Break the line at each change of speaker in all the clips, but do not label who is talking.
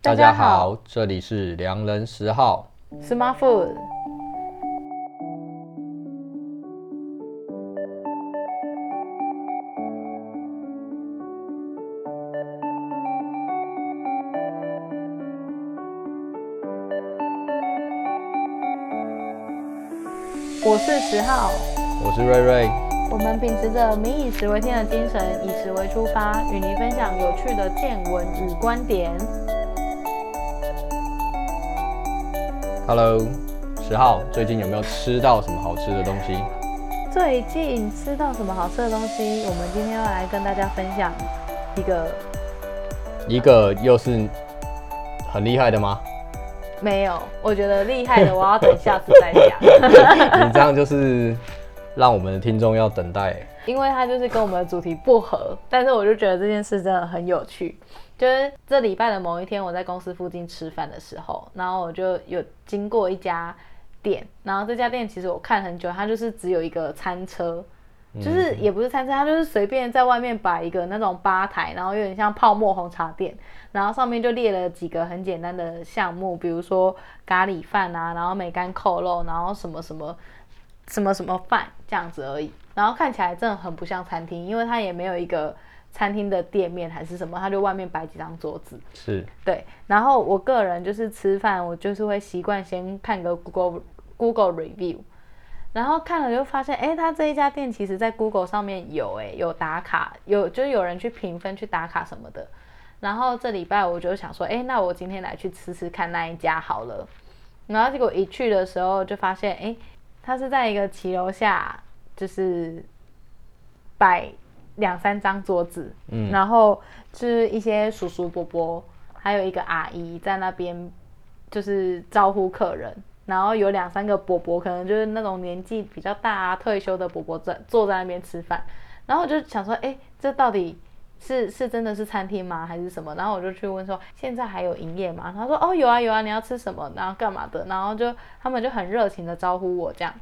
大家好，这里是良人十号。
Smart Food。我是十号，
我是瑞瑞，
我们秉持着“民以食为天”的精神，以食为出发，与您分享有趣的见闻与观点。
Hello，十号，最近有没有吃到什么好吃的东西？
最近吃到什么好吃的东西？我们今天要来跟大家分享一个
一个又是很厉害的吗？
没有，我觉得厉害的，我要等下次再讲，
你这样就是让我们的听众要等待欸。
因为它就是跟我们的主题不合。但是我就觉得这件事真的很有趣。就是这礼拜的某一天，我在公司附近吃饭的时候，然后我就有经过一家店，然后这家店其实我看很久，它就是只有一个餐车，就是也不是餐车，它就是随便在外面摆一个那种吧台，然后有点像泡沫红茶店，然后上面就列了几个很简单的项目，比如说咖喱饭啊，然后梅干扣肉，然后什么什么什么什么饭这样子而已。然后看起来真的很不像餐厅，因为它也没有一个餐厅的店面还是什么，它就外面摆几张桌子。
是，
对，然后我个人就是吃饭，我就是会习惯先看个 Google Google review，然后看了就发现，哎，它这一家店其实在 Google 上面有，哎，有打卡，有就是有人去评分、去打卡什么的。然后这礼拜我就想说，哎，那我今天来去吃吃看那一家好了。然后结果一去的时候就发现，哎，它是在一个骑楼下，就是摆两三张桌子，
嗯
然后就是一些叔叔伯伯，还有一个阿姨在那边就是招呼客人，然后有两三个伯伯，可能就是那种年纪比较大啊、退休的伯伯在坐在那边吃饭，然后我就想说，哎，这到底是 是真的是餐厅吗，还是什么？然后我就去问说，现在还有营业吗？他说，哦，有啊有啊，你要吃什么？然后干嘛的？然后就他们就很热情的招呼我这样，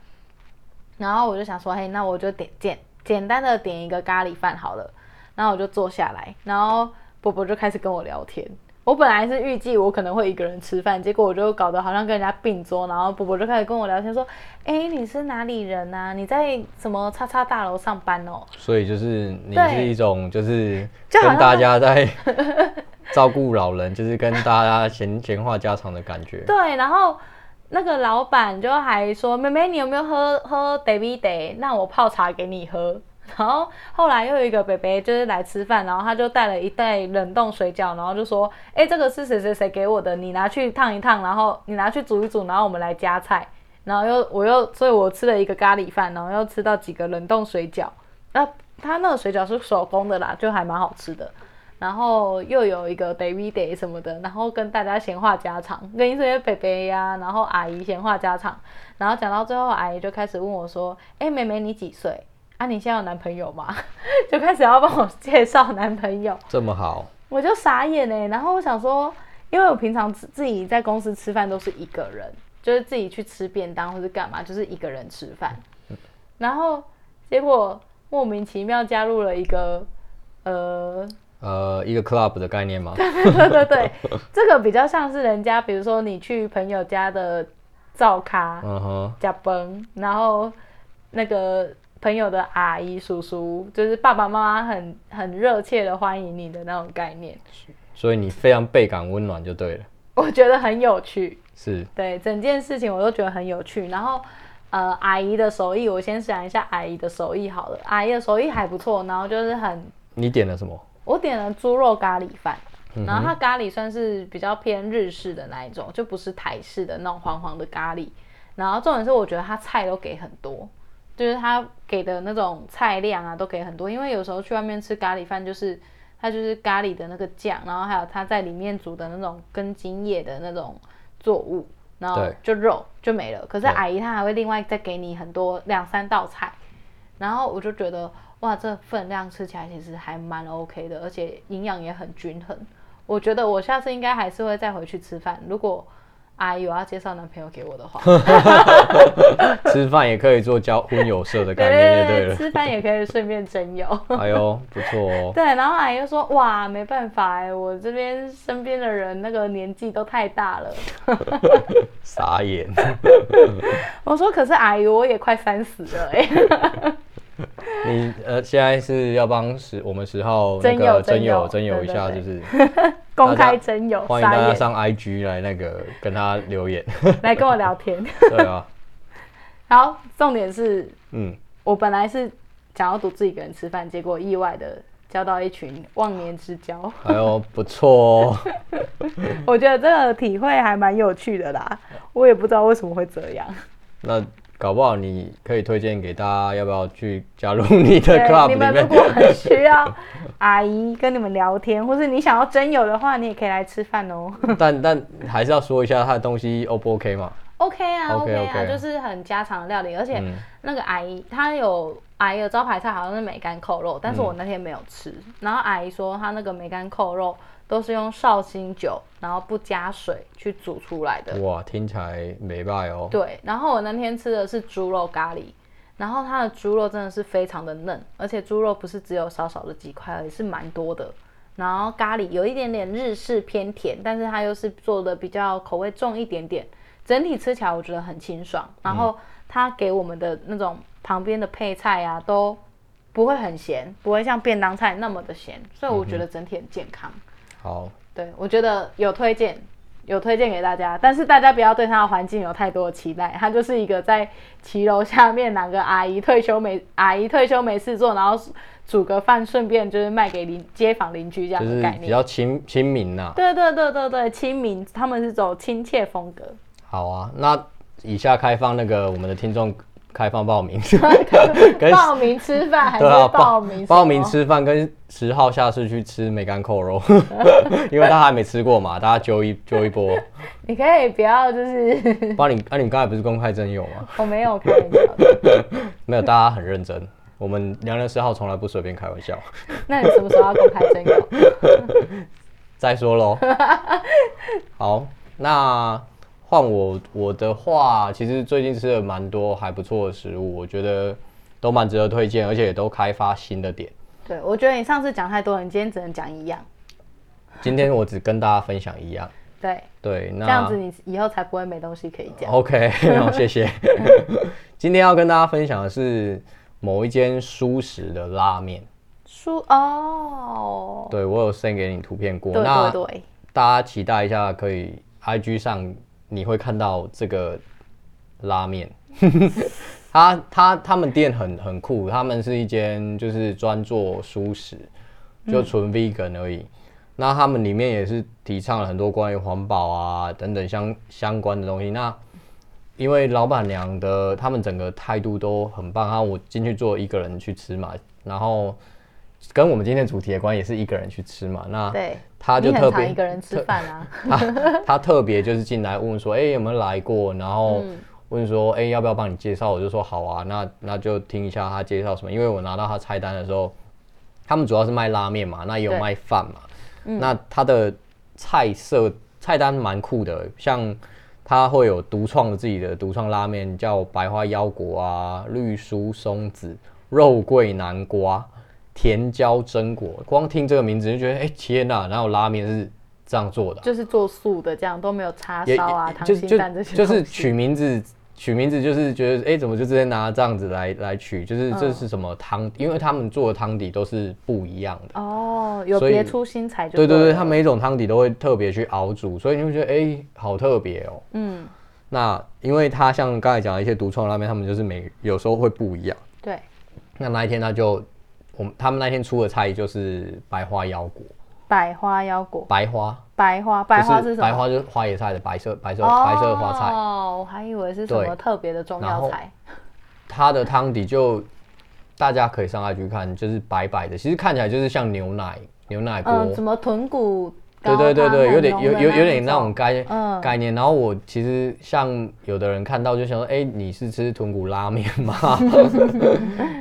然后我就想说，嘿，那我就点简简单的点一个咖喱饭好了。然后我就坐下来，然后伯伯就开始跟我聊天。我本来是预计我可能会一个人吃饭，结果我就搞得好像跟人家并桌，然后伯伯就开始跟我聊天，说：“哎，你是哪里人啊？你在什么叉叉大楼上班哦？”
所以就是你
对
是一种就是
就好
跟
像
大家在照顾老人，就是跟大家闲闲话家常的感觉。
对，然后那个老板就还说：“妹妹，你有没有喝喝 baby day？那我泡茶给你喝。”然后后来又有一个北北就是来吃饭，然后他就带了一袋冷冻水饺，然后就说：“哎，这个是谁谁谁给我的，你拿去烫一烫，然后你拿去煮一煮，然后我们来加菜。”然后又我又所以我吃了一个咖喱饭，然后又吃到几个冷冻水饺。那、他那个水饺是手工的啦，就还蛮好吃的。然后又有一个 baby day 什么的，然后跟大家闲话家常，跟一些北北呀，然后阿姨闲话家常，然后讲到最后，阿姨就开始问我说：“哎，妹妹你几岁？啊，你现在有男朋友吗？” 就开始要帮我哎介绍男朋友，
这么好，
我就傻眼哎、然后我想说，因为我平常自自己在公司吃饭都是一个人，就是自己去吃便当或是干嘛，就是一个人吃饭。然后结果莫名其妙加入了一个呃
呃，一个 club 的概念吗？
对对对，这个比较像是人家，比如说你去朋友家的灶咖
嗯哼，
加崩，然后那个朋友的阿姨叔叔，就是爸爸妈妈很很热切的欢迎你的那种概念，
所以你非常倍感温暖就对了。
我觉得很有趣。
是，
对，整件事情我都觉得很有趣。然后，呃，阿姨的手艺，我先讲一下阿姨的手艺好了。阿姨的手艺还不错，然后就是很
你点了什么？
我点了猪肉咖喱饭，
嗯哼
然后它咖喱算是比较偏日式的那一种，就不是台式的那种黄黄的咖喱。然后重点是，我觉得它菜都给很多，就是它给的那种菜量啊，都给很多。因为有时候去外面吃咖喱饭，就是它就是咖喱的那个酱，然后还有它在里面煮的那种根茎叶的那种作物，然后
对
就肉就没了。可是
对
阿姨她还会另外再给你很多两三道菜，然后我就觉得哇，这分量吃起来其实还蛮 OK 的，而且营养也很均衡。我觉得我下次应该还是会再回去吃饭。如果阿姨我要介绍男朋友给我的话，
吃饭也可以做交婚友社的概念就对 了。
吃饭也可以顺便征友。
哎呦，不错哦。
对，然后阿姨就说：“哇，没办法哎，我这边身边的人那个年纪都太大 了。
傻眼，”
我说：“可是阿姨，我也快三十了 哎。
你呃，现在是要帮十我们十号那
真友
个真友
真
真
友
友一下，
对
就
对
是
公开征友，
欢迎
傻
大家
眼，
上 IG 来那个跟他留言。
来跟我聊天。
对啊，
好，重点是
嗯，
我本来是想要独自一个人吃饭，结果意外的交到一群忘年之交。
哎呦，不错哦。
我觉得这个体会还蛮有趣的啦，我也不知道为什么会这样。
那搞不好你可以推荐给大家，要不要去加入你的 club
你
里
们如
面？
果很需要阿姨跟你们聊天，或是你想要真友的话，你也可以来吃饭哦。
但但还是要说一下他的东西 O 不 OK 嘛？
OK 啊
OK，
啊，
OK
就是很家常的料理，而且
嗯
那个阿姨她有阿姨的招牌菜好像是梅干扣肉，
嗯
但是我那天没有吃。然后阿姨说她那个梅干扣肉都是用绍兴酒，然后不加水去煮出来的。
哇，听起来没败哦。
对，然后我那天吃的是猪肉咖喱，然后它的猪肉真的是非常的嫩，而且猪肉不是只有少少的几块而已，是蛮多的。然后咖喱有一点点日式偏甜，但是它又是做的比较口味重一点点，整体吃起来我觉得很清爽。然后它给我们的那种旁边的配菜啊，都不会很咸，不会像便当菜那么的咸，所以我觉得整体很健康。
好，
对，我觉得有推荐，有推荐给大家，但是大家不要对它的环境有太多的期待，它就是一个在骑楼下面哪个阿姨退休没阿姨退休没事做，然后煮个饭，顺便就是卖给邻街坊邻居这样
就
的
是
概
比
念。
较亲亲民呐、
对对对对对，亲民，他们是走亲切风格。
好啊，那以下开放那个我们的听众开放报 名，跟
报名吃饭还是
对啊
报名什么
报名？吃饭，跟十号下次去吃梅干扣肉， 因为他还没吃过嘛，大家揪一揪一波。
你可以不要，就是
帮你，那、你刚才不是公开真友吗？
我没有开玩笑的。
没有，大家很认真。我们良人十号从来不随便开玩笑。
那你什么时候要公开征友？
再 说喽。好，那换我我的话，其实最近吃了蛮多还不错的食物，我觉得都蛮值得推荐，而且也都开发新的点。
对，我觉得你上次讲太多了，你今天只能讲一样。
今天我只跟大家分享一样。
对，
对，那哦
这样子你以后才不会没东西可以讲。
OK，好，谢谢。 今天要跟大家分享的是某一间舒食的拉面。
书哦，
对我有 send 给你图片过，
对
那
对对，
大家期待一下，可以 IG 上你会看到这个拉面。 他他他们店很很酷，他们是一间就是专做素食，
嗯
就纯 vegan 而已。那他们里面也是提倡了很多关于环保啊等等相相关的东西。那因为老板娘的他们整个态度都很棒，然啊后我进去做一个人去吃嘛，然后跟我们今天的主题的关系也是一个人去吃嘛。那
对，
他就
你
特
很常
别
一个人吃饭啊，
他他特别就是进来问说，哎、有没有来过？然后问说，哎、要不要帮你介绍？我就说好啊，那那就听一下他介绍什么。因为我拿到他菜单的时候，他们主要是卖拉面嘛，那也有
对
卖饭嘛。那他的菜色菜单蛮酷的，像他会有独创的自己的独创拉面，叫白花腰果啊、绿蔬松子、肉桂南瓜、甜椒榛果。光听这个名字就觉得，哎、天哪、哪有拉面是这样做的啊、
就是做素的这样都没有叉
也
烧啊、
也
溏
就
心蛋这些
就
东西，
就是取名字，取名字就是觉得哎、诶怎么就直接拿这样子来来取？就是
嗯
这是什么汤、因为他们做的汤底都是不一样的。
哦，有
所以
别出心裁就
对对
对
对，
了
他每一种汤底都会特别去熬煮，所以你会觉得哎、诶好特别哦、
嗯
那因为他像刚才讲的一些独创拉面，他们就是每有时候会不一样。
对，
那那一天他就我们他们那天出的菜就是白花腰果，
百花腰果，
白花
白花白花
就是
什么？
白花就是花椰菜的白色白色、
哦，
白色花菜。
我还以为是什么
对
特别的中
然
药
后
材，
它的汤底就大家可以上来去看，就是白白的，其实看起来就是像牛奶牛奶锅，
嗯，什么豚骨
对
嗯高
对对
汤
对，
很
有点
浓
有
的
有
那
有
一
点那
种
种概、
嗯
概念。然后我其实像有的人看到就想说，哎、你是吃豚骨拉面 吗？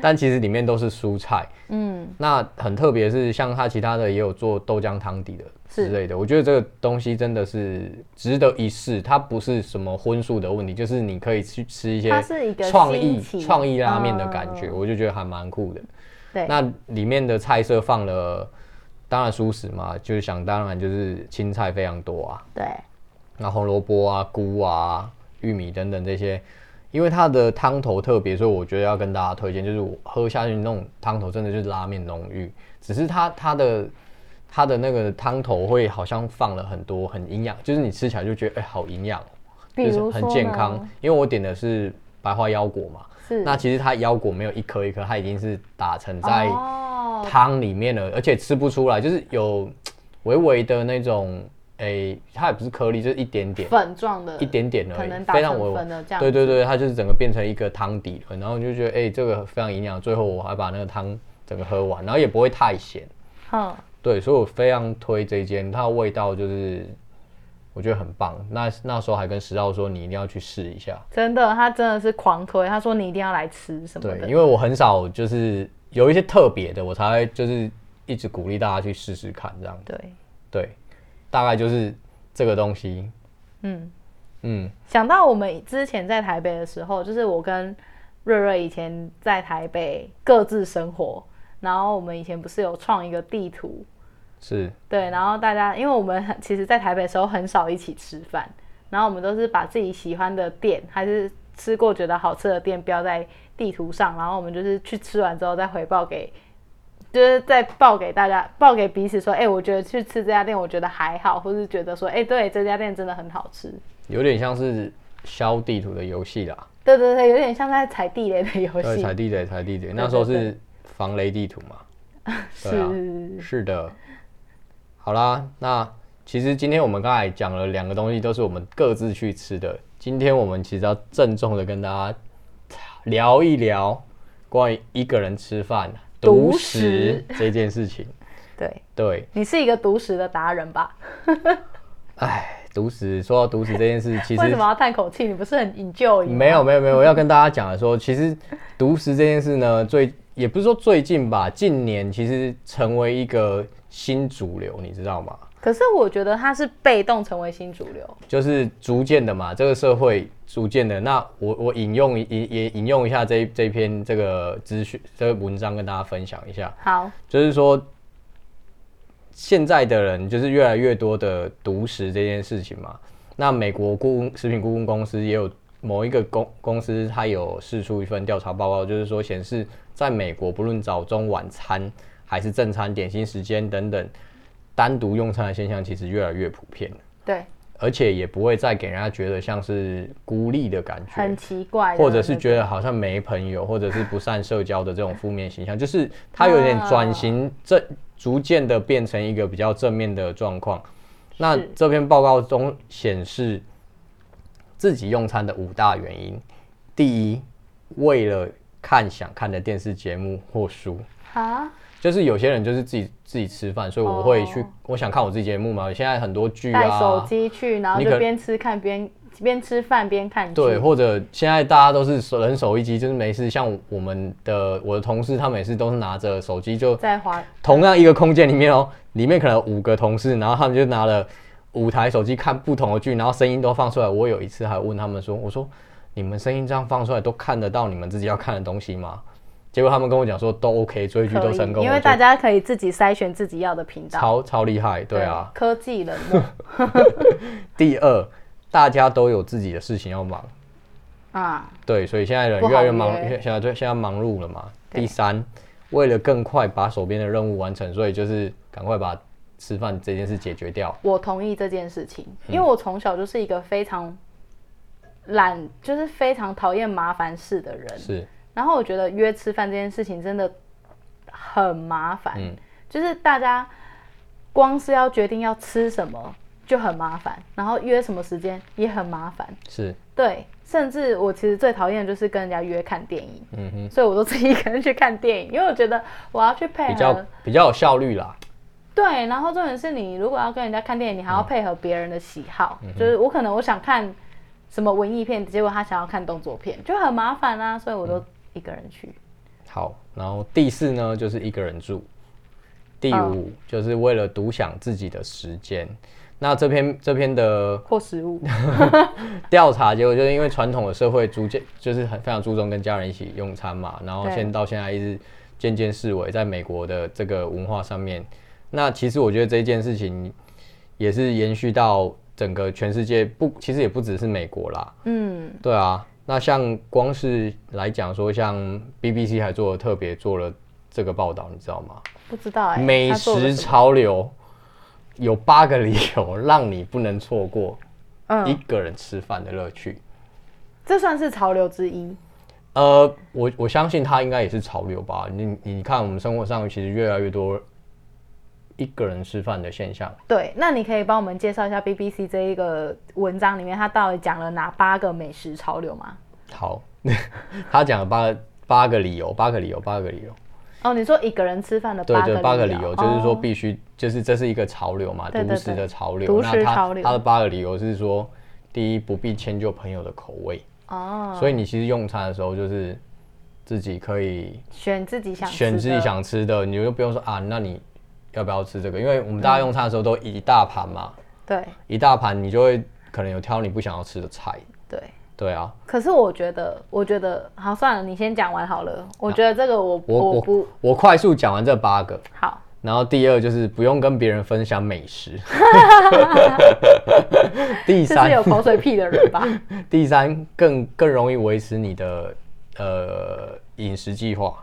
但其实里面都是蔬菜。
嗯，
那很特别是像它其他的也有做豆浆汤底的
是
之类的，我觉得这个东西真的是值得一试。它不是什么荤素的问题，就是你可以去吃一些
它是一个
创
新
意
奇
创意拉面的感觉，
嗯
我就觉得还蛮酷的。
对，
那里面的菜色放了，当然素食嘛，就是想当然就是青菜非常多啊，
对，
那红萝卜啊、菇啊、玉米等等这些，因为它的汤头特别，所以我觉得要跟大家推荐，就是我喝下去那种汤头真的就是拉面浓郁，只是它它的它的那个汤头会好像放了很多很营养，就是你吃起来就觉得哎、好营养哦，
比
就是
如
很
说
健
呢
康，，因为我点的是白花腰果嘛，
是
那其实它腰果没有一颗一颗，它已经是打成在。
哦
汤里面了，而且吃不出来，就是有微微的那种，诶、它也不是颗粒，就是一点点，
粉状的
一点点而
可
已
能，打
非常
成
微
粉的这
微。
样
对对对，它就是整个变成一个汤底了，然后你就觉得，诶、这个非常营养。最后我还把那个汤整个喝完，然后也不会太咸。
哼，
对，所以我非常推这一间，它的味道就是我觉得很棒。那那时候还跟石道说，你一定要去试一下。
真的，他真的是狂推，他说你一定要来吃什么
对，
的，
因为我很少就是有一些特别的，我才会就是一直鼓励大家去试试看这样。
对，
对，大概就是这个东西。
嗯，
嗯，
想到我们之前在台北的时候，就是我跟瑞瑞以前在台北各自生活，然后我们以前不是有创一个地图，
是
对，然后大家因为我们很其实，在台北的时候很少一起吃饭，然后我们都是把自己喜欢的店还是吃过觉得好吃的店标在地图上，然后我们就是去吃完之后再回报给，就是再报给大家，报给彼此说，哎、我觉得去吃这家店，我觉得还好，或是觉得说，哎、对，这家店真的很好吃。
有点像是消地图的游戏啦，
对对对，有点像在踩地雷的游
对，
戏
踩，地雷，踩地雷，那时候是防雷地图嘛。对啊
是，
是的。好啦，那其实今天我们刚才讲了两个东西，都是我们各自去吃的。今天我们其实要郑重的跟大家聊一聊关于一个人吃饭
独
独食
食
这件事情。
对
对，
你是一个独食的达人吧？
哎，独食，说到独食这件事，其实
为什么要叹口气？你不是很 enjoy 吗
没有没有没有，我要跟大家讲的说，其实独食这件事呢，最也不是说最近吧，近年其实成为一个新主流，你知道吗？
可是我觉得他是被动成为新主流，
就是逐渐的嘛，这个社会逐渐的。那我我引用也也引用一下这一这篇这个资讯这个文章跟大家分享一下，
好，
就是说现在的人就是越来越多的独食这件事情嘛。那美国顾问食品顾问公司也有某一个公公司，它有试出一份调查报告，就是说显示在美国不论早中晚餐还是正餐、点心时间等等，单独用餐的现象其实越来越普遍了
对，
而且也不会再给人家觉得像是孤立的感觉，
很奇怪的那种，
或者是觉得好像没朋友，或者是不善社交的这种负面形象， 就是他有
啊
点转型，这逐渐的变成一个比较正面的状况。那
是
这篇报告中显示，自己用餐的五大原因，第一，为了看想看的电视节目或书，
啊，
就是有些人就是自己自己吃饭，所以我会去，
哦
我想看我自己节目嘛。现在很多剧啊，
带手机去，然后
你
就
可
边吃看边边吃饭边看剧，
对，或者现在大家都是手人手一机，就是没事。像我们的我的同事，他每次都是拿着手机，就
在滑，
同样一个空间里面哦，里面可能有五个同事，然后他们就拿了五台手机看不同的剧，然后声音都放出来。我有一次还问他们说：“我说你们声音这样放出来，都看得到你们自己要看的东西吗？”结果他们跟我讲说都 OK，追剧
可
都
以
成功，
因
我
为
觉
大
得
家可以自己筛选自己要的频道，
超超厉害，对啊。，
科技冷 漠
第二，大家都有自己的事情要忙，
啊，
对，所以现在人
不好
越来越忙，
约
现在就现在忙碌了嘛。
对
第三，为了更快把手边的任务完成，所以就是赶快把吃饭这件事解决掉。
我同意这件事情，
嗯
因为我从小就是一个非常懒，就是非常讨厌麻烦事的人，
是，
然后我觉得约吃饭这件事情真的很麻烦，
嗯
就是大家光是要决定要吃什么就很麻烦，然后约什么时间也很麻烦。
是，
对，甚至我其实最讨厌的就是跟人家约看电影，
嗯哼，
所以我都自己一个人去看电影，因为我觉得我要去配
比较
合，
比较有效率啦。
对，然后重点是你如果要跟人家看电影，你还要配合别人的喜好，
嗯
就是我可能我想看什么文艺片，结果他想要看动作片，就很麻烦啊，所以我都一个人去。
好，然后第四呢就是一个人住，第
哦
五就是为了独享自己的时间。那这篇这篇的
或食物，
调查结果就是因为传统的社会逐渐就是很非常注重跟家人一起用餐嘛，然后
对
现到现在一直渐渐视为在美国的这个文化上面，那其实我觉得这件事情也是延续到整个全世界不，其实也不只是美国啦，
嗯，
对啊，那像光是来讲说，像 BBC 还做了特别做了这个报道，你知道吗？
不知道哎、欸，
美
他做了
食
什么
潮流有八个理由让你不能错过一
嗯，
个人吃饭的乐趣。
这算是潮流之一，
呃，我我相信它应该也是潮流吧。你你看，我们生活上其实越来越多一个人吃饭的现象。
对，那你可以帮我们介绍一下 BBC 这一个文章里面，它到底讲了哪八个美食潮流吗？
好， 他讲了八个八个理由，八个理由，八个理由。
哦，你说一个人吃饭的
对
八个
对，八个理由就是说
哦
必须，就是这是一个潮流嘛，
对对
独
对
食的潮
独
流。
食
那
潮
他
流
他的八个理由是说，第一不必迁就朋友的口味，
哦，
所以你其实用餐的时候就是自己可以
选自己想吃
选自己
的
想吃的，你就不用说啊，那你要不要吃这个？因为我们
嗯
大家用餐的时候都一大盘嘛，
对
一大盘你就会可能有挑你不想要吃的菜。
对。
对啊，
可是我觉得，我觉得好算了，你先讲完好了。我觉得这个我
我
我
我
不
我快速讲完这八个，
好，
然后第二就是不用跟别人分享美食。
这是
第三
有，口水屁的人吧？
第三更更容易维持你的呃饮食计划。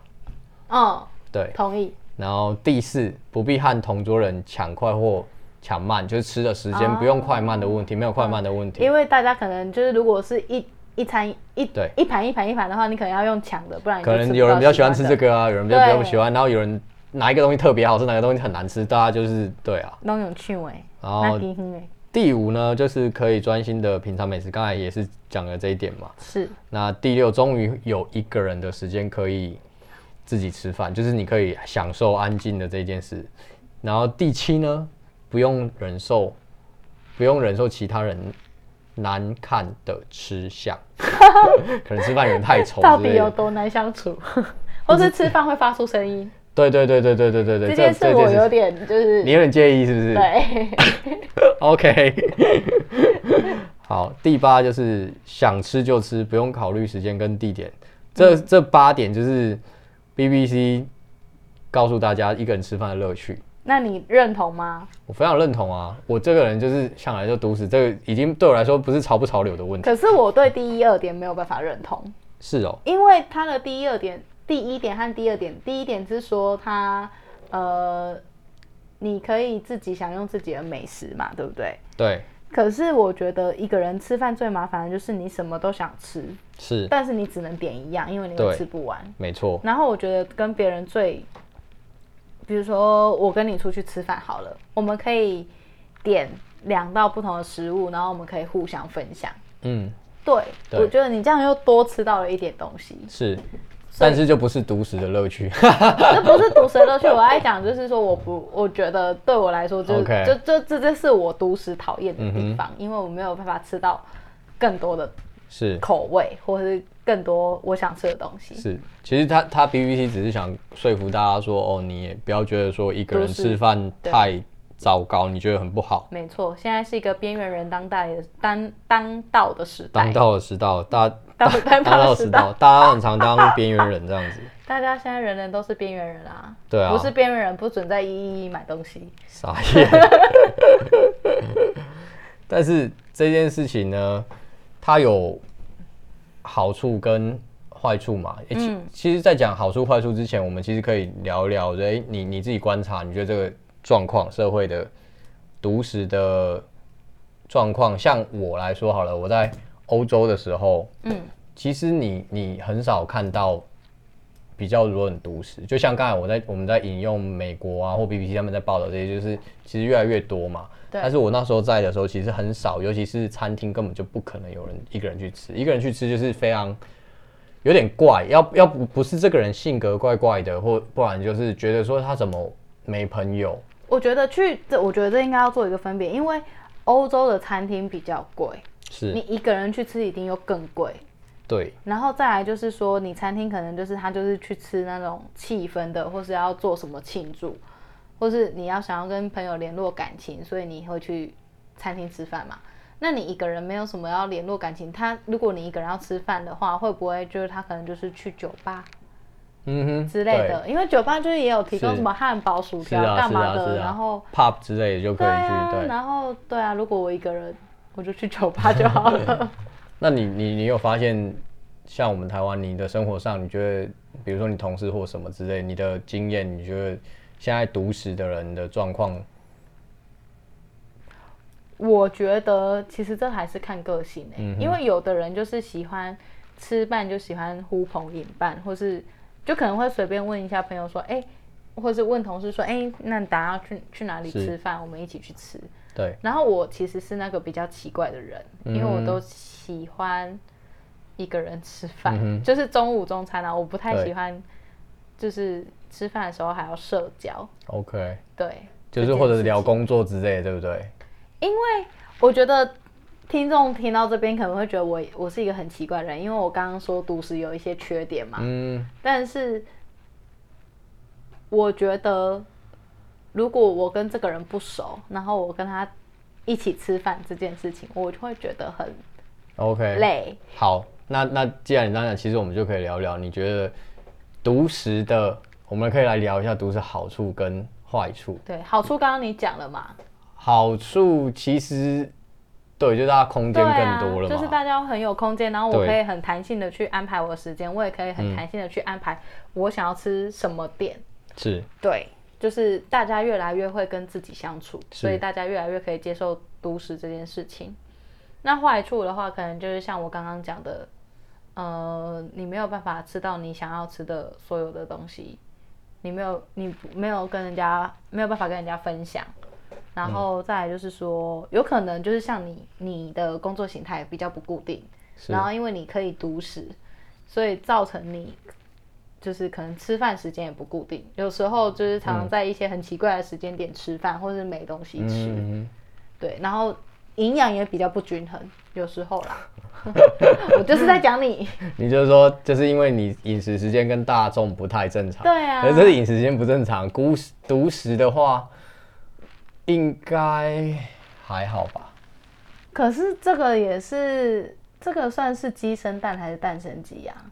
嗯，
对，
同意。
然后第四不必和同桌人抢快或抢慢，就是吃的时间
哦
不用快慢的问题，没有快慢的问题
因。为大家可能就是，如果是一一餐一
对
一盘一盘一盘的话，你可能要用抢的，不然你就
可能有人比较喜欢吃这
个
个啊，有人比较比较
对
喜欢，然后有人哪一个东西特别好吃，哪个东西很难吃，大家就是对啊。
弄有趣味，
然
那
后
低哼哎，
第五呢，就是可以专心的品尝美食，刚才也是讲了这一点嘛。
是
那第六，终于有一个人的时间可以自己吃饭，就是你可以享受安静的这件事。然后第七呢，不用忍受，不用忍受其他人难看的吃相， 可能吃饭有人太 丑
到
哦之
底
类
有
的。
多难相处， 或是吃饭会发出声音，
对对对对对对对对，
这件事我有点就是
你有点介意是不是？
对
OK，好，第八就是想吃就吃，不用考虑时间跟地点。这、这八点就是 BBC 告诉大家一个人吃饭的乐趣。
那你认同吗？
我非常认同啊！我这个人就是向来就独死，这个已经对我来说不是潮不潮流的问题。
可是我对第一二点没有办法认同，
是哦，
因为他的第一二点、第一点和第二点，第一点是说他呃，你可以自己享用自己的美食嘛，对不对？
对，
可是我觉得一个人吃饭最麻烦的就是你什么都想吃，
是
但是你只能点一样，因为你会
对
吃不完。
没错，
然后我觉得跟别人最，比如说我跟你出去吃饭好了，我们可以点两道不同的食物，然后我们可以互相分享。
嗯，
对，
对
我觉得你这样又多吃到了一点东西，
是，但是就不是独食的乐趣。
这不是毒舌乐趣。我爱讲就是说，我不，我觉得对我来说就
OK 嗯
就就这这是我独食讨厌的地方，因为我没有办法吃到更多的
是
口味，或是更多我想吃的东西。
是，其实他他 BBC 只是想说服大家说，哦，你也不要觉得说一个人
都是
吃饭
对
太糟糕，你觉得很不好。
没错，现在是一个边缘人当代的当当道的时代
当，道的时道，大
哎当当
当道
道
的
的
时
时
道，
道
大家很常当边缘人这样子，
大家现在人人都是边缘人啊。
对啊
不是边缘人不准在一一买东西。
傻眼。 但是这件事情呢，它有好处跟坏处嘛。诶其其实，在讲好处坏处之前，我们其实可以聊一聊，哎、你你自己观察，你觉得这个状况，社会的独食的状况，像我来说好了，我在欧洲的时候，
嗯，
其实你你很少看到比较多人独食，就像刚才我在我们在引用美国啊或 BBC 他们在报道这些，就是其实越来越多嘛。
对
但是我那时候在的时候，其实很少，尤其是餐厅根本就不可能有人一个人去吃，一个人去吃就是非常有点怪，要要不不是这个人性格怪怪的，或不然就是觉得说他怎么没朋友，
我觉得去这，我觉得这应该要做一个分别，因为欧洲的餐厅比较贵，你
是
一个人去吃一定又更贵。
对，
然后再来就是说，你餐厅可能就是他就是去吃那种气氛的，或是要做什么庆祝，或是你要想要跟朋友联络感情，所以你会去餐厅吃饭嘛。那你一个人没有什么要联络感情，他如果你一个人要吃饭的话，会不会就是他可能就是去酒吧
嗯哼
之类的？因为酒吧就是也有提供
是
什么汉堡、薯
对，是
条
啊
干
是
嘛
啊
的，
是啊，
然后
pub 之类的就可
对
以去
啊，
对。
然后对啊，如果我一个人，我就去酒吧就 好了。 啊
那你你你有发现，像我们台湾，你的生活上，你觉得，比如说你同事或什么之类，你的经验，你觉得现在独食的人的状况，
我觉得其实这还是看个性诶、因为有的人就是喜欢吃饭就喜欢呼朋引伴，或是就可能会随便问一下朋友说，哎、或是问同事说，哎、那大家要去去哪里
是
吃饭？我们一起去吃。
对，
然后我其实是那个比较奇怪的人，因为我都喜欢一个人吃饭，就是中午中餐啊，我不太
对
喜欢，就是吃饭的时候还要社交，
，OK，
对，
就是
这件
或者
事
聊
情
工作之类的，对不对？
因为我觉得听众听到这边可能会觉得我我是一个很奇怪的人，因为我刚刚说独食有一些缺点嘛，
嗯，
但是我觉得如果我跟这个人不熟，然后我跟他一起吃饭这件事情，我就会觉得很
OK，
累。
好，那那既然你这样讲，其实我们就可以聊聊，你觉得独食的，我们可以来聊一下独食好处跟坏处。
对，好处刚刚你讲了嘛，
好处其实，对，就是大家空
对
间
啊，
更多了嘛，
就是大家很有空间，然后我
对嗯
可以很弹性的去安排我的时间，我也可以很弹性的去安排我想要吃什么点。
是
对，就是大家越来越会跟自己相处，
是
所以大家越来越可以接受独食这件事情。那坏处的话，可能就是像我刚刚讲的，呃，你没有办法吃到你想要吃的所有的东西，你没有，你不没有跟人家没有办法跟人家分享。
嗯
然后再来就是说，有可能就是像你，你的工作形态比较不固定，
是
然后因为你可以独食，所以造成你就是可能吃饭时间也不固定，有时候就是
嗯
常常在一些很奇怪的时间点吃饭，或是没东西吃，
嗯，
对，然后营养也比较不均衡，有时候啦。 我就是在讲你，
你就是说，就是因为你饮食时间跟大众不太正常，
对啊
可是这是饮食时间不正常，孤食独食的话，应该还好吧？
可是这个也是这个算是鸡生蛋还是蛋生鸡啊呀、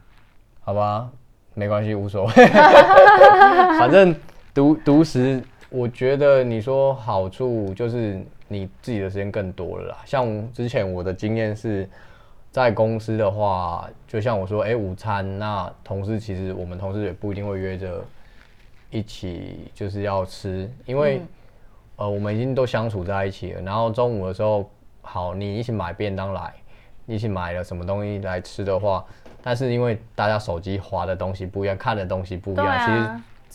好吧，没关系，无所谓， 反正独独食，我觉得你说好处就是你自己的时间更多了啦。像之前我的经验是。在公司的话，就像我说，哎、午餐那同事其实我们同事也不一定会约着一起，就是要吃，因为、
嗯
呃我们已经都相处在一起了。然后中午的时候，好，你一起买便当来，一起买了什么东西来吃的话，但是因为大家手机划的东西不一样，看的东西不一样，
对啊
其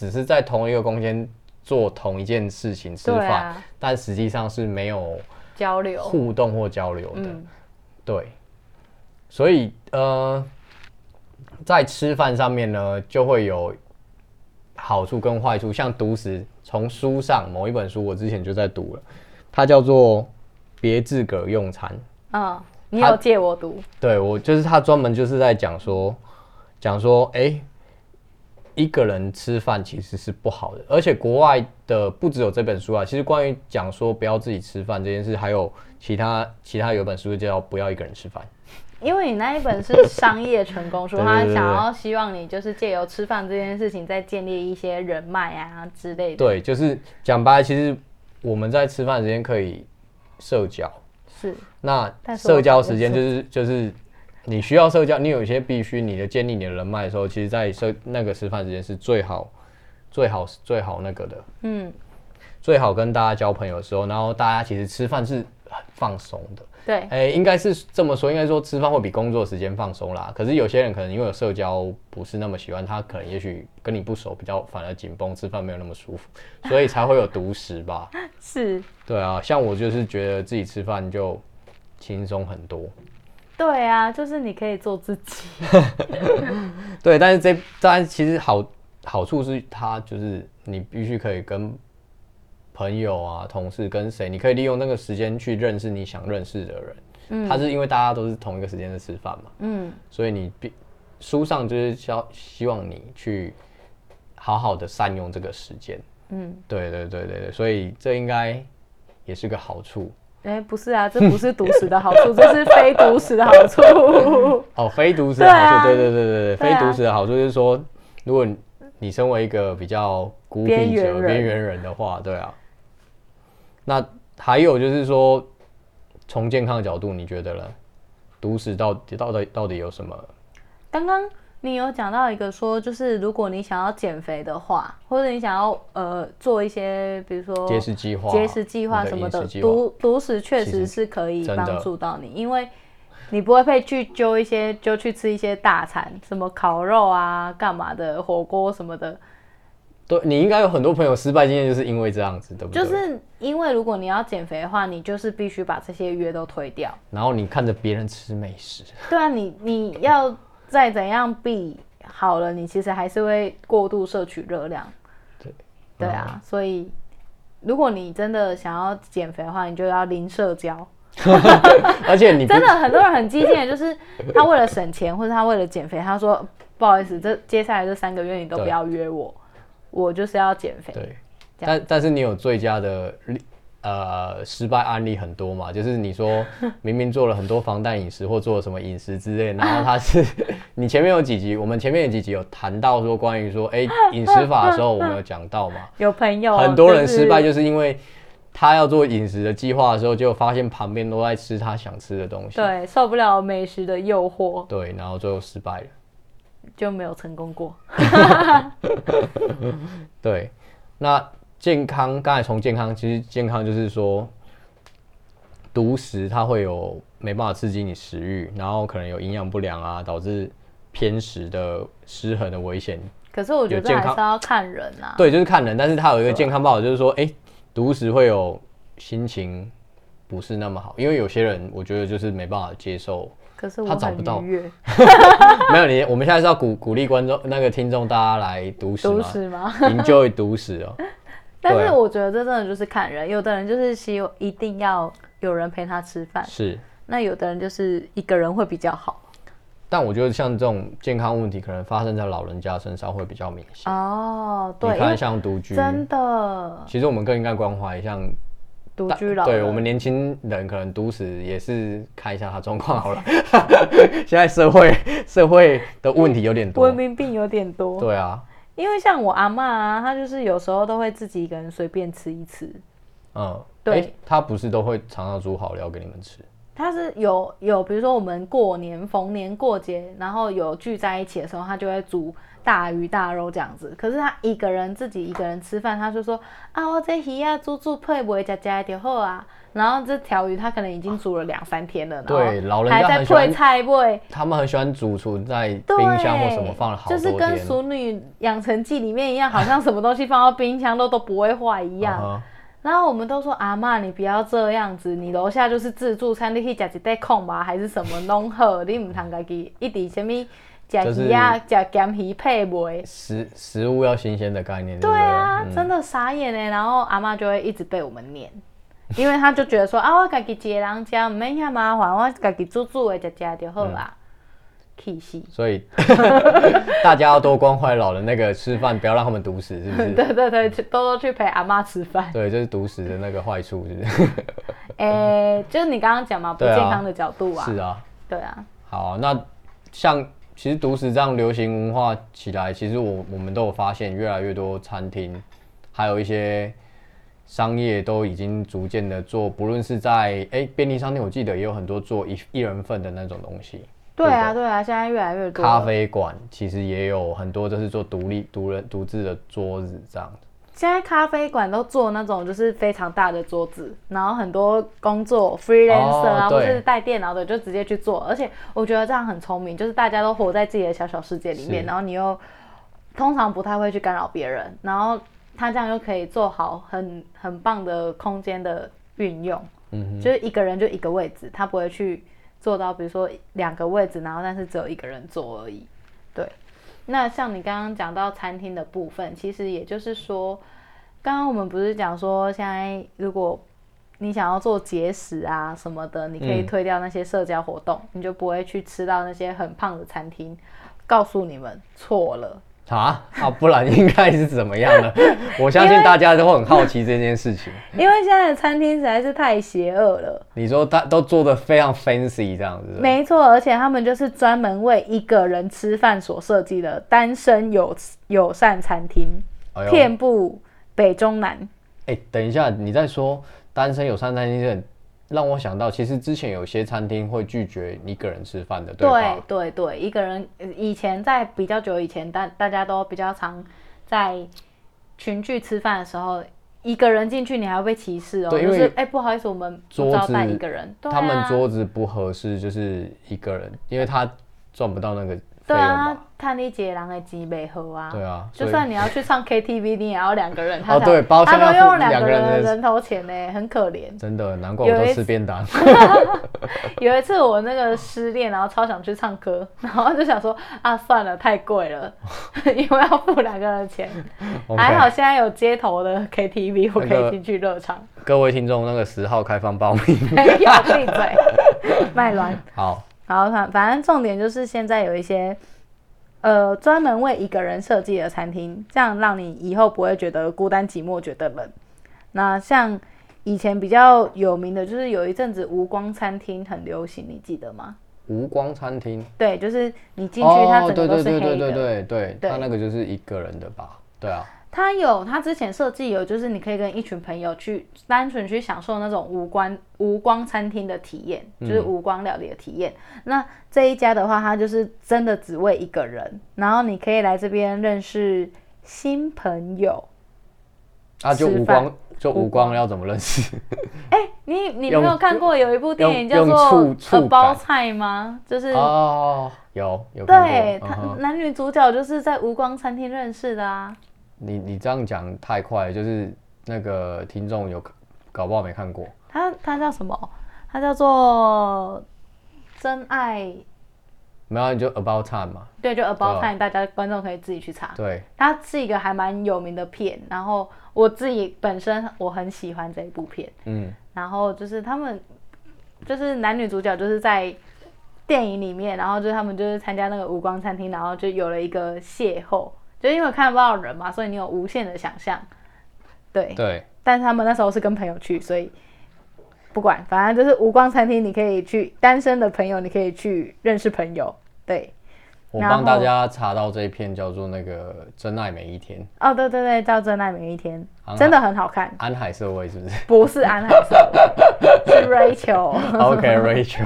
实只是在同一个空间做同一件事情吃
对
饭，
啊
但实际上是没有
交流，
互动或交流的。
嗯，
对，所以呃，在吃饭上面呢，就会有好处跟坏处。像读食，从书上某一本书，我之前就在读了，它叫做《别自个儿用餐》。
嗯，你
他
有借我读，
对我就是他专门就是在讲说，讲说哎、诶一个人吃饭其实是不好的，而且国外的不只有这本书啊，其实关于讲说不要自己吃饭这件事，还有其他其他有本书叫《不要一个人吃饭》。
因为你那一本是商业成功书，
对
他
对对
想
对
要希望你就是借由吃饭这件事情，再建立一些人脉啊之类的。
对，就是讲白了，其实我们在吃饭时间可以社交，
是，
那
但是我
社交
讨
时
厌
间
社
就是就是你需要社交，你有一些必须你的建立你的人脉的时候，其实，在社那个吃饭时间是最好最好最好那个的，
嗯，
最好跟大家交朋友的时候，然后大家其实吃饭是很放松的。
对，
哎、应该是这么说，应该说吃饭会比工作时间放松啦。可是有些人可能因为有社交不是那么喜欢，他可能也许跟你不熟，比较反而紧绷，吃饭没有那么舒服，所以才会有独食吧。
是，
对啊，像我就是觉得自己吃饭就轻松很多。
对啊，就是你可以做自己。
对，但是这但其实好好处是它就是你必须可以跟朋友啊、同事跟谁，你可以利用那个时间去认识你想认识的人。嗯，他是因为大家都是同一个时间在吃饭嘛，
嗯，
所以你必书上就是希希望你去好好的善用这个时间。
嗯，
对对对对对，所以这应该也是个好处
哎、不是啊，这不是读史的好处，这是非读史的好处。
哦。非毒死的好
对啊
处，对对对对对，
对啊
非毒死的好处就是说，如果你你身为一个比较孤僻
边缘
者、
人
边缘人的话，对啊。那还有就是说，从健康的角度，你觉得呢？毒死到底到底到底有什么？
哦刚刚你有讲到一个说，就是如果你想要减肥的话，或者你想要呃做一些，比如说
节食计划、
节食计划
你
什么
饮
的
食，计划
独独食确
其实
实是可以
真的
帮助到你，因为你不会被去揪一些，就去吃一些大餐，什么烤肉啊、干嘛的、火锅什么的，
对你应该有很多朋友失败经验，就是因为这样子，对不对？
就是因为如果你要减肥的话，你就是必须把这些约都推掉。
然后你看着别人吃美食，
对啊，你你要再怎样避好了，你其实还是会过度摄取热量。
对嗯
对啊，所以如果你真的想要减肥的话，你就要零社交。
而且你不
真的很多人很激进的，就是他为了省钱或者他为了减肥，他说不好意思，这接下来这三个月你都不
对
要约我，我就是要减肥。
对，
这
但但是你有最佳的例呃失败案例很多嘛？就是 你说明明做了很多防弹饮食或做了什么饮食之类，然后它是 你前面有几集，我们前面有几集有谈到说关于说 哎饮食法的时候，我们有讲到嘛？
有朋友
很多人失败
就
就是因为他要做饮食的计划的时候，就发现旁边都在吃他想吃的东西，
是对受不了美食的诱惑，
对，然后最后失败了。
就没有成功过。
对，那健康，刚才从健康，其实健康就是说，独食它会有没办法刺激你食欲，然后可能有营养不良啊，导致偏食的失衡的危险。
可是我觉
有
得
健
还
康
是要看人啊。
对，就是看人，但是它有一个健康报告，就是说，哎、独食会有心情不是那么好，因为有些人我觉得就是没办法接受。
可是
他
我
找不到
很愉悦，
没有你，我们现在是要鼓鼓励观众那个听众大家来独食
都
嘛
是吗？
，enjoy 独食哦。
但
对
是
啊
我觉得这真的就是看人，有的人就是希望一定要有人陪他吃饭，
是，
那有的人就是一个人会比较好。
但我觉得像这种健康问题，可能发生在老人家身上会比较明显。
哦，
你
对，因
看，
为
像独居，
真的
其实我们更应该关怀像
独
大
居老人，
对我们年轻人可能独死也是看一下他状况好了。 现在社会社会的问题有点多
文，明病有点多。
对啊，
因为像我阿嬷啊，她就是有时候都会自己一个人随便吃一次。
嗯，
对
诶他不是都会常常煮好料给你们吃，
她是有有，比如说我们过年逢年过节，然后有聚在一起的时候，她就会煮大鱼大肉这样子。可是她一个人自己一个人吃饭，她就说啊，我这鱼啊煮煮配不会加加就好啊。然后这条鱼她可能已经煮了两三天了，然后
对老人家
还在
很喜欢
配菜味，
他们很喜欢储存在
对，
冰箱或什么放了好多
就是
天，
跟《熟女养成记》里面一样， 好像什么东西放到冰箱都都不会坏一样。
嗯哼
然后我们都说阿妈，你不要这样子，你楼下就是自助餐，你去吃一袋空吧，还是什么弄好，你唔通家己一直什么吃鱼啊、吃咸鱼配袂。
食食物要新鲜的概念，对
对
不对
啊，
嗯
真的傻眼哎！然后阿妈就会一直被我们念，因为她就觉得说啊，我家己一个人吃，唔免遐麻烦，我家己煮煮的吃吃就好
嗯
啦。气死！
所以 大家要多关怀老人那个吃饭，不要让他们独死，是 不是？
对对对，去多多去陪阿妈吃饭。
对，这是独死的那个坏处，是不是？
诶、就是你刚刚讲嘛，不
对啊
健康的角度啊，
嗯是啊，
对啊，
好，那像其实独食这样流行文化起来，其实我我们都有发现，越来越多餐厅，还有一些商业都已经逐渐的做，不论是在哎、便利商店，我记得也有很多做一一人份的那种东西，
对啊，对啊，现在越来越多
咖，啡馆其实也有很多就是做独立独人独自的桌子这样子，
现在咖啡馆都做那种就是非常大的桌子，然后很多工作 freelancer 啊，
哦
或
对
是带电脑的就直接去做，而且我觉得这样很聪明，就是大家都活在自己的小小世界里面，
是
然后你又通常不太会去干扰别人，然后他这样又可以做好很很棒的空间的运用，嗯，就是一个人就一个位置，他不会去做到比如说两个位置，然后但是只有一个人坐而已，对。那像你刚刚讲到餐厅的部分，其实也就是说，刚刚我们不是讲说，现在如果你想要做节食啊什么的，你可以
嗯
推掉那些社交活动，你就不会去吃到那些很胖的餐厅。告诉你们错了，
啊啊，不然应该是怎么样 呢？我相信大家都会很好奇这件事情。
因为现在的餐厅实在是太邪恶了。
你说他都做的非常 fancy 这样子，
没错，而且他们就是专门为一个人吃饭所设计的单身友友善餐厅，
哎呦
遍布北中南。
哎、等一下，你再说单身友善餐厅这个，让我想到，其实之前有些餐厅会拒绝一个人吃饭的，对吧？
对对对，一个人呃以前在比较久以前，大大家都比较常在群聚吃饭的时候，一个人进去你还会被歧视哦，
对因
就
为
是哎、不好意思，我们不
桌
招
子
待一个人，对啊、
他们桌子不合适，就是一个人，因为他赚不到那个费
对
用
啊
嘛。，
探你姐人的鸡没喝啊，
对啊
就
所以
算你要去唱 KTV，你也要两个人，他
哦
才
对包
他
厢
都
要付
用两
两
个
个
人
人
的
的
人头钱呢，很可怜。
真的，难怪我
有一
都
次
吃便当。
有一次我那个失恋，然后超想去唱歌， 然后就想说啊，算了，太贵了， 因为要付两个人的钱。还好
OK，
现在有街头的 KTV，我可
那
以
个
进去热唱。
各位听众，那个十号开放报名。
没有闭 嘴，卖卵。
好，
然后反反正重点就是现在有一些呃专门为一个人设计的餐厅，这样让你以后不会觉得孤单寂寞，觉得冷。那像以前比较有名的就是有一阵子无光餐厅很流行，你记得吗？
无光餐厅。
对，就是你进去它
哦，
整
对
个都
对
是
对
黑
对对
的。
对对，
对
他那个就是一个人的吧？对啊，
它有，它之前设计有，就是你可以跟一群朋友去单纯去享受那种无关无光餐厅的体验，就是无光料理的体
嗯
验。那这一家的话，它就是真的只为一个人，然后你可以来这边认识新朋友。
啊就
吃
无
饭
光就无光要怎么 认识？
哎、你你没
用
有看过有一部电影
用
叫做
用
《
触
呃
触
包
感
菜》吗？就是、
哦，有有看过
对，
嗯
他、
哼
男女主角就是在无光餐厅认识的啊。
你你这样讲太快了，就是那个听众有搞不好没看过
他他叫什么？他叫做真爱。
没有你就 About Time 嘛，
对，就 About
啊
Time，、大家观众可以自己去查。
对，
它是一个还蛮有名的片，然后我自己本身我很喜欢这一部片，
嗯，
然后就是他们就是男女主角就是在电影里面，然后就是他们就是参加那个无光餐厅，然后就有了一个邂逅，就是因为看不到人嘛，所以你有无限的想象。对，
对，
但是他们那时候是跟朋友去，所以不管，反正就是无光餐厅，你可以去单身的朋友，你可以去认识朋友。对，
我
然后
帮大家查到这一篇叫做那个《真爱每一天》，
哦，对对对，叫《真爱每一天
安》，海
真的很好看，
安海社会是不 是
不是安海瑟薇，是 Rachel。
？OK，Rachel，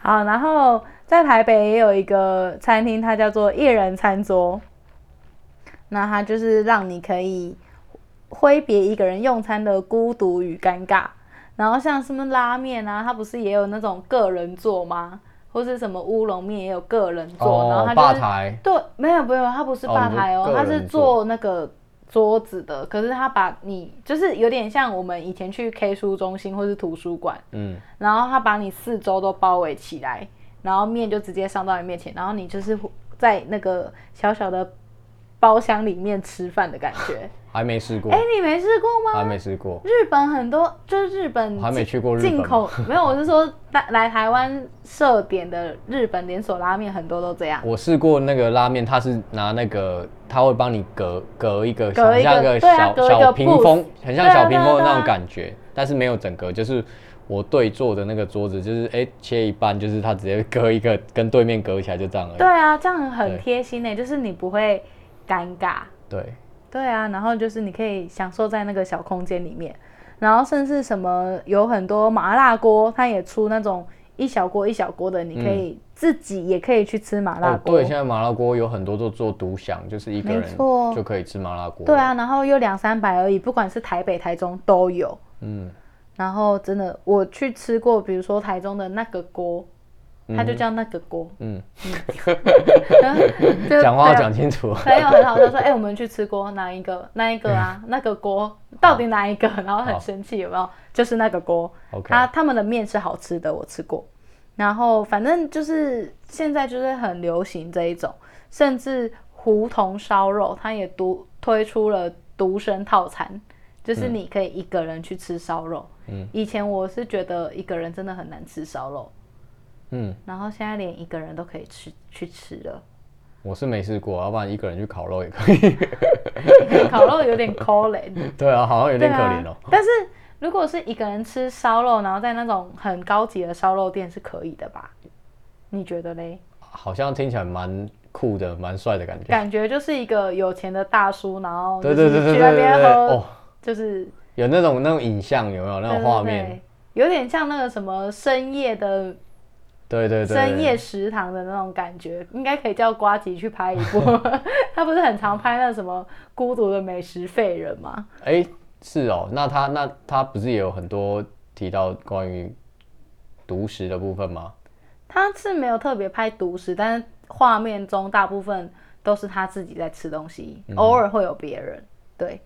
好，然后在台北也有一个餐厅，它叫做一人餐桌，那它就是让你可以挥别一个人用餐的孤独与尴尬。然后像什么拉面啊，它不是也有那种个人座吗？或是什么乌龙面也有个人座，然后
哦
它，
吧
就是
台，
对，没有没有，他不是
哦
吧
你
台
说
哦，
个
他
人
是
座
做那个桌子的，可是他把你就是有点像我们以前去 K 书中心或是图书馆，
嗯，
然后他把你四周都包围起来，然后面就直接上到你面前，然后你就是在那个小小的包厢里面吃饭的感觉。
还没试过
哎、，你没试过吗？
还没试过，
日本很多就是日本
我还没去过日本
嗯进口没有，我是说来来台湾设点的日本连锁拉面很多都这样。
我试过那个拉面，它是拿那个，它会帮你隔隔一个，
隔一
很
个
像个
对啊
小
隔一个
小屏
booth
风，很像
对啊
小屏
对啊
风的
对啊
那种感觉，但是没有整个，就是我对坐的那个桌子，就是哎切一半，就是它直接隔一个跟对面隔起来就这样
对
而已。
啊，这样很
对
贴心呢、就是你不会尴尬。
对，
对啊，然后就是你可以享受在那个小空间里面，然后甚至什么有很多麻辣锅，它也出那种一小锅一小锅的，你可以自己也可以去吃麻辣
嗯哦
锅。
对，现在麻辣锅有很多都做独享，就是一个
没
人
错
就可以吃麻辣锅。
对，啊，然后又两三百而已，不管是台北、台中都有。
嗯，
然后真的，我去吃过，比如说台中的那个锅，它就叫那个锅。嗯
嗯
就
讲话
朋
要
友
讲清楚。
朋友很好笑说：“哎、我们去吃锅，哪一个？那一个啊？那个锅到底哪一个？”然后很生气，有没有？就是那个锅，
OK，
他他们的面是好吃的，我吃过。然后反正就是现在就是很流行这一种，甚至胡同烧肉，它也独推出了独身套餐，就是你可以一个人去吃烧肉。嗯，以前我是觉得一个人真的很难吃烧肉，
嗯，
然后现在连一个人都可以吃去吃了。
我是没试过，要不然一个人去烤肉也可以。
烤肉有点抠嘞，
对啊，好像有
对
点可
啊
怜哦、。
但是如果是一个人吃烧肉，然后在那种很高级的烧肉店是可以的吧？你觉得嘞？
好像听起来蛮酷的，蛮帅的感觉。
感觉就是一个有钱的大叔，然后
对
就
对
是
对对
去
对
那
对
边
对，哦
喝，，就是
有那种那种影像有没有那种画面？，
对对对有点像那个什么深夜的
对对对，
深夜食堂的那种感觉，应该可以叫瓜吉去拍一部。 他不是很常拍那什么孤独的美食废人吗？
哎、是哦，那他那他不是也有很多提到关于独食的部分吗？
他是没有特别拍独食，但是画面中大部分都是他自己在吃东西，偶尔会有别人对。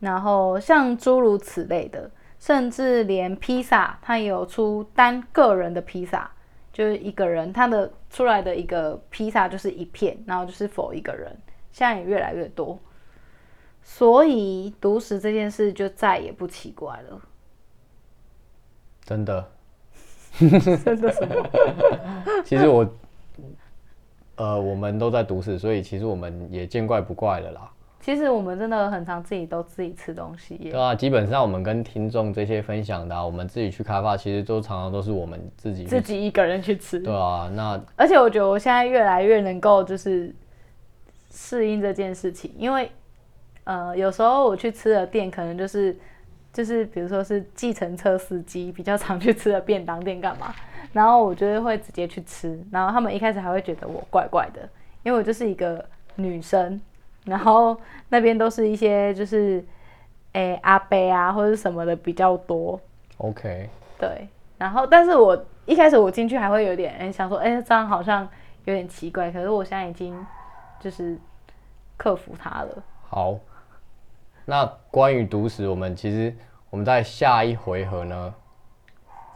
然后像诸如此类的，甚至连披萨，他也有出单个人的披萨，就是一个人他的出来的一个披萨就是一片，然后就是否一个人，现在也越来越多。所以独食这件事就再也不奇怪了，
真的，
真的什么？
其实我，呃，我们都在独食，所以其实我们也见怪不怪了啦。
其实我们真的很常自己都自己吃东西耶
对。啊，基本上我们跟听众这些分享的啊、我们自己去开发，其实都常常都是我们自己去
自己一个人去吃。
对啊，那
而且我觉得我现在越来越能够就是适应这件事情，因为呃，有时候我去吃的店可能就是就是比如说是计程车司机比较常去吃的便当店干嘛，然后我就是会直接去吃，然后他们一开始还会觉得我怪怪的，因为我就是一个女生，然后那边都是一些就是诶、阿伯啊或者什么的比较多，
OK，
对，然后但是我一开始我进去还会有点哎、想说，哎、这样好像有点奇怪，可是我现在已经就是克服它了。
好，那关于独食，我们其实我们在下一回合呢，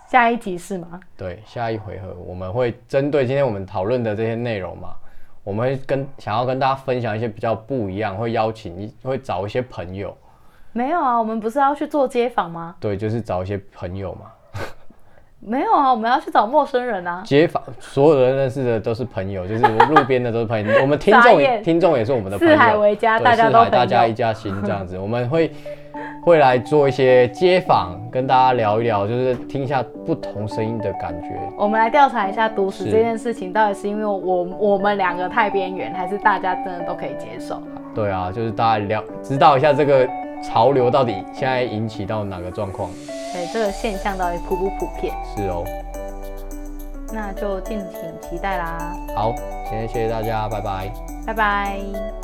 下一集是吗？
对，下一回合我们会针对今天我们讨论的这些内容嘛，我们会跟想要跟大家分享一些比较不一样，会邀请一会找一些朋友，
没有啊，我们不是要去做街访吗？
对，就是找一些朋友嘛，
没有啊，我们要去找陌生人啊。
街坊所有人认识的都是朋友，就是路边的都是朋友，我们 听
傻
众也
眼
听众也是我们的朋友，
四海为家
对
大家
四
都
海大
朋
家
友
一家亲这样子，我们会会来做一些街访，跟大家聊一聊，就是听一下不同声音的感觉，
我们来调查一下毒死
是
这件事情到底是因为我我们两个太边缘，还是大家真的都可以接受？
对啊，就是大家聊知道一下这个潮流到底现在引起到哪个状况，
对，这个现象到底普不普遍？
是哦，
那就敬请期待啦，
好，今天谢谢大家，拜拜。
拜拜。